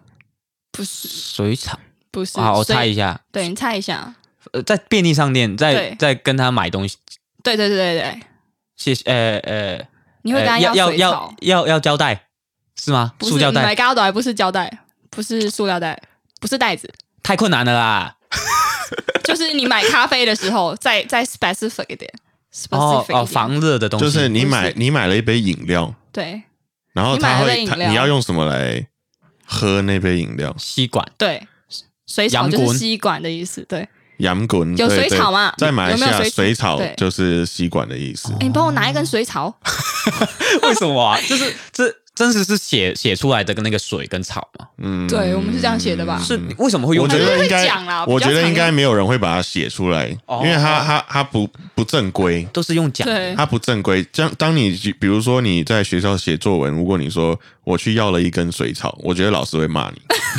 Speaker 2: 不是
Speaker 3: 水草
Speaker 2: 不是？
Speaker 3: 啊，我
Speaker 2: 水
Speaker 3: 猜一下，
Speaker 2: 对你猜一下，
Speaker 3: 呃，在便利商店，在
Speaker 2: 对
Speaker 3: 在跟他买东西，
Speaker 2: 对对对对对，
Speaker 3: 谢谢，呃呃，
Speaker 2: 你会跟
Speaker 3: 呃
Speaker 2: 他
Speaker 3: 要要
Speaker 2: 水草？
Speaker 3: 要要要胶带是吗？
Speaker 2: 不是
Speaker 3: 塑胶
Speaker 2: 买
Speaker 3: 袋
Speaker 2: 高袋，不是胶带，不是塑料袋，不是袋子，
Speaker 3: 太困难了啦，
Speaker 2: 就是你买咖啡的时候，再再 specific 一点，
Speaker 3: 哦
Speaker 2: specific
Speaker 3: 哦，
Speaker 2: 一点
Speaker 3: 防热的东西，
Speaker 4: 就是你买你买了一杯饮料，
Speaker 2: 对
Speaker 4: 然后
Speaker 2: 你买
Speaker 4: 它
Speaker 2: 了
Speaker 4: 会
Speaker 2: 饮
Speaker 4: 它
Speaker 2: 料
Speaker 4: 你要用什么来喝那杯饮料？
Speaker 3: 吸管，
Speaker 2: 对水草
Speaker 3: 洋
Speaker 2: 就
Speaker 3: 滚
Speaker 2: 是吸管的意思，对。
Speaker 4: 羊滚
Speaker 2: 有
Speaker 4: 对
Speaker 2: 水
Speaker 4: 对
Speaker 2: 草嘛
Speaker 4: 在马来西
Speaker 2: 有没
Speaker 4: 亚
Speaker 2: 有
Speaker 4: 水
Speaker 2: 水草
Speaker 4: 草
Speaker 2: 对
Speaker 4: 就是吸管的意思。
Speaker 2: 哎，你帮我拿一根水草，
Speaker 4: 嗯
Speaker 3: 为什么啊？就是这真实是写写出来的跟那个水跟草嘛，
Speaker 4: 嗯，
Speaker 2: 对我们是这样写的吧
Speaker 3: 是为什么会
Speaker 4: 我
Speaker 3: 用
Speaker 4: 觉
Speaker 3: 这
Speaker 2: 还
Speaker 4: 得
Speaker 3: 个？
Speaker 2: 是会
Speaker 4: 应该
Speaker 2: 讲啦，
Speaker 4: 我
Speaker 2: 比较
Speaker 4: 觉得
Speaker 2: 常
Speaker 4: 应该
Speaker 2: 用
Speaker 4: 没有人会把它写出来，
Speaker 3: 哦
Speaker 4: 因为它它它不不正规，
Speaker 3: 都是用讲的，
Speaker 2: 对
Speaker 4: 它不正规。当当你比如说你在学校写作文，如果你说我去要了一根水草，我觉得老师会骂你。
Speaker 3: 嗯
Speaker 2: 就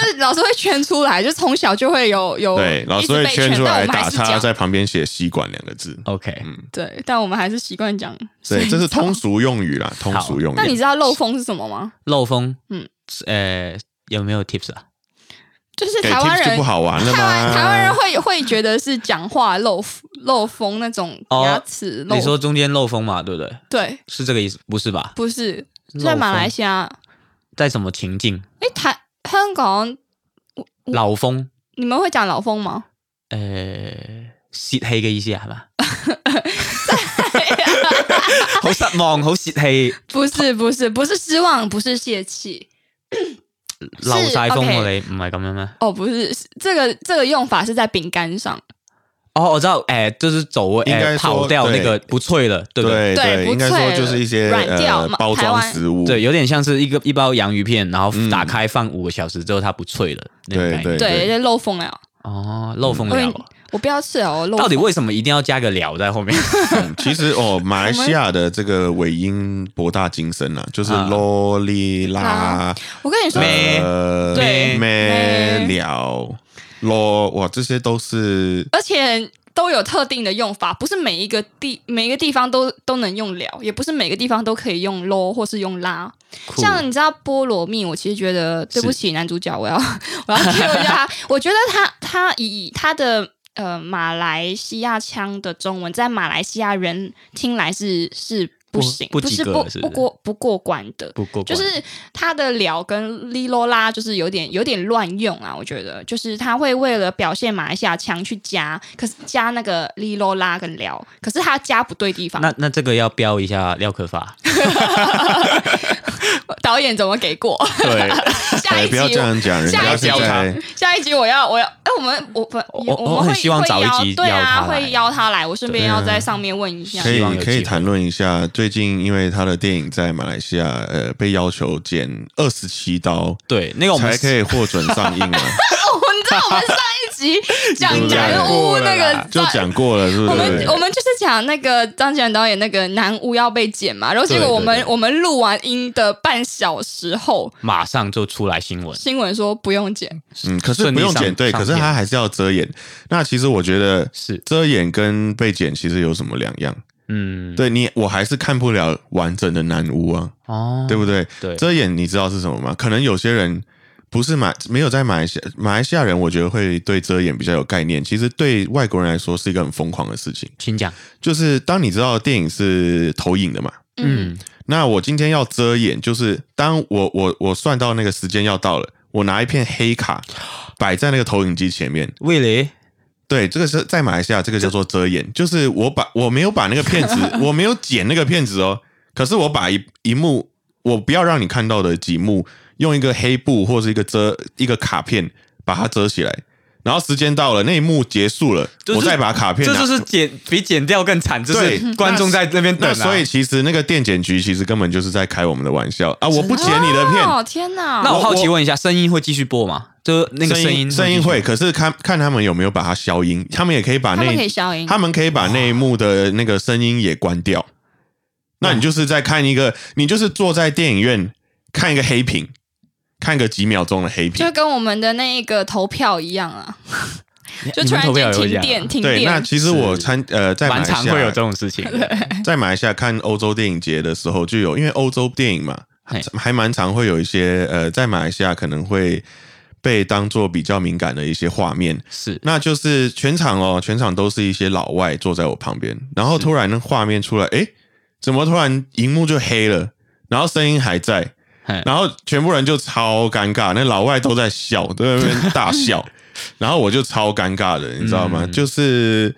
Speaker 2: 是老师会圈出来，就是从小就会有有
Speaker 4: 对，老
Speaker 2: 哦一
Speaker 4: 师
Speaker 2: 直
Speaker 4: 会
Speaker 2: 被
Speaker 4: 圈出
Speaker 2: 但
Speaker 4: 来
Speaker 2: 我们
Speaker 4: 打
Speaker 2: 还是
Speaker 4: 叉，
Speaker 2: 讲
Speaker 4: 在旁边写吸管两个字。
Speaker 3: OK，
Speaker 2: 对，但我们还是习惯讲水草。
Speaker 4: 对，这是通俗用语啦，通俗用
Speaker 2: 那你
Speaker 4: 语。
Speaker 2: 知道漏风是什么吗？
Speaker 3: 漏风，
Speaker 2: 嗯，
Speaker 3: 呃，有没有 tips 啊？
Speaker 2: 就是
Speaker 4: 给
Speaker 2: 台湾
Speaker 4: tips 就
Speaker 2: 人
Speaker 4: 不好玩了
Speaker 2: 台湾
Speaker 4: 吗？
Speaker 2: 台湾人会会觉得是讲话漏漏风那种
Speaker 3: 哦
Speaker 2: 牙齿漏，
Speaker 3: 你说中间漏风嘛，对不对？
Speaker 2: 对，
Speaker 3: 是这个意思？不是吧？
Speaker 2: 不是
Speaker 3: 漏
Speaker 2: 在马来
Speaker 3: 风
Speaker 2: 西亚，
Speaker 3: 在什么情境？
Speaker 2: 哎台香港
Speaker 3: 老风，
Speaker 2: 你们会讲老风吗？
Speaker 3: 呃，泄氣嘅意思係嘛？ 好失望，好泄氣，
Speaker 2: 不是不是不是失望，不是泄气
Speaker 3: 漏晒風
Speaker 2: OK
Speaker 3: 喎！你唔係咁樣咩？
Speaker 2: 哦，不是是这个这个用法是在饼干上，
Speaker 3: 哦，我知道，诶，就是走，诶，
Speaker 4: 應該說
Speaker 3: 跑掉那个不脆了，对不对？
Speaker 4: 对
Speaker 2: 对不
Speaker 4: 应该
Speaker 2: 脆
Speaker 4: 说
Speaker 2: 了
Speaker 4: 就是一些
Speaker 2: 软掉
Speaker 4: 呃
Speaker 2: 嘛
Speaker 4: 包
Speaker 2: 台
Speaker 4: 装
Speaker 2: 湾
Speaker 4: 食物。
Speaker 3: 对，有点像是一个一包洋芋片，然后
Speaker 4: 嗯
Speaker 3: 打开放五个小时之后它不脆了，那种
Speaker 4: 对
Speaker 3: 概念。
Speaker 4: 对
Speaker 2: 对，就漏风了。
Speaker 3: 哦，漏風
Speaker 2: 因为
Speaker 3: 了，
Speaker 2: 我不要吃哦，我漏
Speaker 3: 到底
Speaker 2: 风
Speaker 3: 为什么一定要加个了在后 面？
Speaker 4: 嗯 其实哦，马来西亚的这个尾音博大精深啊，就是
Speaker 3: 啊
Speaker 4: 啰哩啦
Speaker 2: 啊，我跟你说，
Speaker 3: 没
Speaker 4: 呃，
Speaker 2: 对
Speaker 4: 咩
Speaker 2: 咩
Speaker 4: 了啰，哇，这些都是
Speaker 2: 而且都有特定的用法，不是每一个地每一个地方都都能用了，也不是每个地方都可以用 low 或是用拉。
Speaker 3: 酷啊
Speaker 2: 像你知道菠萝蜜，我其实觉得对不起男主角，我要 我要 Q 一 下他，我觉得他他以他的。呃，马来西亚腔的中文在马来西亚人听来是是不
Speaker 3: 不
Speaker 2: 行，
Speaker 3: 不
Speaker 2: 不
Speaker 3: 及
Speaker 2: 是
Speaker 3: 格
Speaker 2: 不
Speaker 3: 的是不
Speaker 2: 不
Speaker 3: 是
Speaker 2: 过不过关的。
Speaker 3: 不过關
Speaker 2: 就是他的聊跟利罗拉就是有点有点乱用啊，我觉得就是他会为了表现马来西亚腔去加，可是加那个利罗拉跟聊，可是他加不对地方，
Speaker 3: 那那这个要标一下廖可 法，
Speaker 2: 导演怎么给 过？
Speaker 4: 对，
Speaker 2: 下一
Speaker 4: 哎不
Speaker 2: 集
Speaker 4: 要这
Speaker 2: 我
Speaker 4: 样讲，人
Speaker 2: 下
Speaker 4: 家
Speaker 2: 一
Speaker 4: 是
Speaker 2: 集
Speaker 4: 在
Speaker 2: 下一集我要我要哎、我们我们
Speaker 3: 我
Speaker 4: 哦
Speaker 2: 们
Speaker 3: 我
Speaker 2: 会
Speaker 3: 很希望找一集
Speaker 2: 会邀对
Speaker 3: 邀
Speaker 2: 啊
Speaker 3: 他来
Speaker 2: 会邀他来，我顺便
Speaker 4: 对啊
Speaker 2: 要在上面问一下
Speaker 4: 可，以
Speaker 3: 希望有
Speaker 4: 可
Speaker 3: 机
Speaker 4: 以
Speaker 3: 会
Speaker 4: 谈论一下，最近因为他的电影在马来西亚呃被要求剪二十七刀，
Speaker 3: 对，那个我们
Speaker 4: 才可以获准上 映
Speaker 2: 哦，
Speaker 4: 啊，
Speaker 2: 你知道我们上一集讲
Speaker 4: 对不对啊
Speaker 2: 南屋那个
Speaker 4: 就讲过了，是不
Speaker 2: 我
Speaker 4: 是
Speaker 2: 们？我们就是讲那个张杰导演那个南屋要被剪嘛，然后结果
Speaker 4: 对对
Speaker 2: 我们
Speaker 4: 对
Speaker 2: 我们录完音的半小时后，
Speaker 3: 马上就出来新闻，
Speaker 2: 新闻说不用剪，
Speaker 4: 嗯，可是
Speaker 3: 顺利
Speaker 4: 不用
Speaker 3: 上
Speaker 4: 剪，对，
Speaker 3: 上
Speaker 4: 可是
Speaker 3: 片
Speaker 4: 他还是要遮掩。那其实我觉得
Speaker 3: 是
Speaker 4: 遮掩跟被剪其实有什么两样？
Speaker 3: 嗯，
Speaker 4: 对你，我还是看不了完整的男巫啊，
Speaker 3: 哦，
Speaker 4: 对不对？
Speaker 3: 对
Speaker 4: 遮掩你知道是什么吗？可能有些人不是马没有在马来西亚马来西亚人，我觉得会对遮掩比较有概念。其实对外国人来说是一个很疯狂的事情，
Speaker 3: 请讲，
Speaker 4: 就是当你知道电影是投影的嘛，
Speaker 2: 嗯，
Speaker 3: 嗯，
Speaker 4: 那我今天要遮掩，就是当我我我算到那个时间要到了，我拿一片黑卡摆在那个投影机前面。
Speaker 3: 魏雷，
Speaker 4: 对，这个是在马来西亚，这个叫做遮掩，就是我把我没有把那个片子， 我没有剪那个片子哦，可是我把一一幕我不要让你看到的几幕，用一个黑布或是一个遮一个卡片把它遮起来，然后时间到了，那一幕结束了，
Speaker 3: 就是
Speaker 4: 我再把卡片
Speaker 3: 这
Speaker 4: 拿
Speaker 3: 就是剪比剪掉更惨，就
Speaker 4: 对
Speaker 3: 是 观众在那边等
Speaker 4: 那
Speaker 3: 啊，
Speaker 4: 所以其实那个电检局其实根本就是在开我们的玩笑啊！我不剪你的片，
Speaker 2: 哦天哪，
Speaker 3: 那我好奇
Speaker 4: 我
Speaker 3: 问一下，声音会继续播吗？就是那个
Speaker 4: 声
Speaker 3: 音，
Speaker 4: 声音
Speaker 3: 继续
Speaker 4: 会，可是看看他们有没有把它消音，他们也可以把
Speaker 2: 他们可以
Speaker 4: 那
Speaker 2: 消音，
Speaker 4: 他们可以把那一幕的那个声音也关掉。那你就是在看一个，你就是坐在电影院看一个黑屏，看个几秒钟的黑
Speaker 2: 就
Speaker 4: 屏。
Speaker 2: 跟我们的那个投票一样啊，
Speaker 3: 你
Speaker 2: 就
Speaker 3: 你
Speaker 2: 突
Speaker 3: 们
Speaker 2: 然
Speaker 3: 投票也会
Speaker 2: 间
Speaker 3: 这
Speaker 2: 停
Speaker 3: 样啊
Speaker 2: 电，停
Speaker 4: 对，那
Speaker 2: 电，
Speaker 4: 其实我参呃在马
Speaker 3: 蛮
Speaker 4: 来
Speaker 3: 常
Speaker 4: 西
Speaker 3: 会有这
Speaker 4: 亚，
Speaker 3: 种事 情的，
Speaker 4: 在马来西亚看欧洲电影节的时候就有，因为欧洲电影嘛，
Speaker 3: 嘿
Speaker 4: 还蛮常会有一些呃，在马来西亚可能会被当做比较敏感的一些画面，
Speaker 3: 是
Speaker 4: 那就是全场哦，全场都是一些老外坐在我旁边，然后突然那画面出来，诶，怎么突然荧幕就黑了，然后声音还在，
Speaker 3: 嘿
Speaker 4: 然后全部人就超尴尬，那老外都 在笑，都在那边大笑，然后我就超尴尬的，你知道吗？
Speaker 3: 嗯
Speaker 4: 就是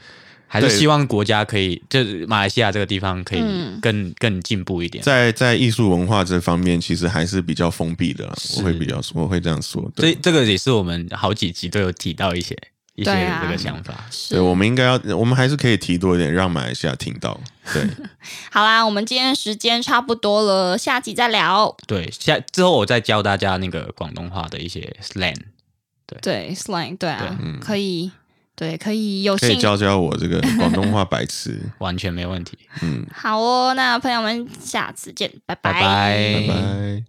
Speaker 3: 还是
Speaker 4: 对
Speaker 3: 希望国家可以，就是马来西亚这个地方可以
Speaker 2: 嗯
Speaker 3: 更更进步一点。
Speaker 4: 在在艺术文化这方面，其实还是比较封闭的啦，我会比较我会这样说。
Speaker 3: 所以
Speaker 4: 对，
Speaker 3: 这个也是我们好几集都有提到一些一些
Speaker 2: 对啊
Speaker 3: 这个想法。
Speaker 4: 对，
Speaker 2: 是。
Speaker 4: 我们应该要，我们还是可以提多一点，让马来西亚听到。对，
Speaker 2: 好啦，我们今天时间差不多了，下集再聊。
Speaker 3: 对，下之后我再教大家那个广东话的一些 slang。
Speaker 2: 对，slang，对啊，
Speaker 3: 对
Speaker 2: 可以，对，可以有
Speaker 4: 可以
Speaker 2: 兴
Speaker 4: 教教我这个广东话白 痴。
Speaker 3: 完全没问题。
Speaker 4: 嗯，
Speaker 2: 好哦，那朋友们，下次见，拜
Speaker 3: 拜拜
Speaker 4: 拜拜。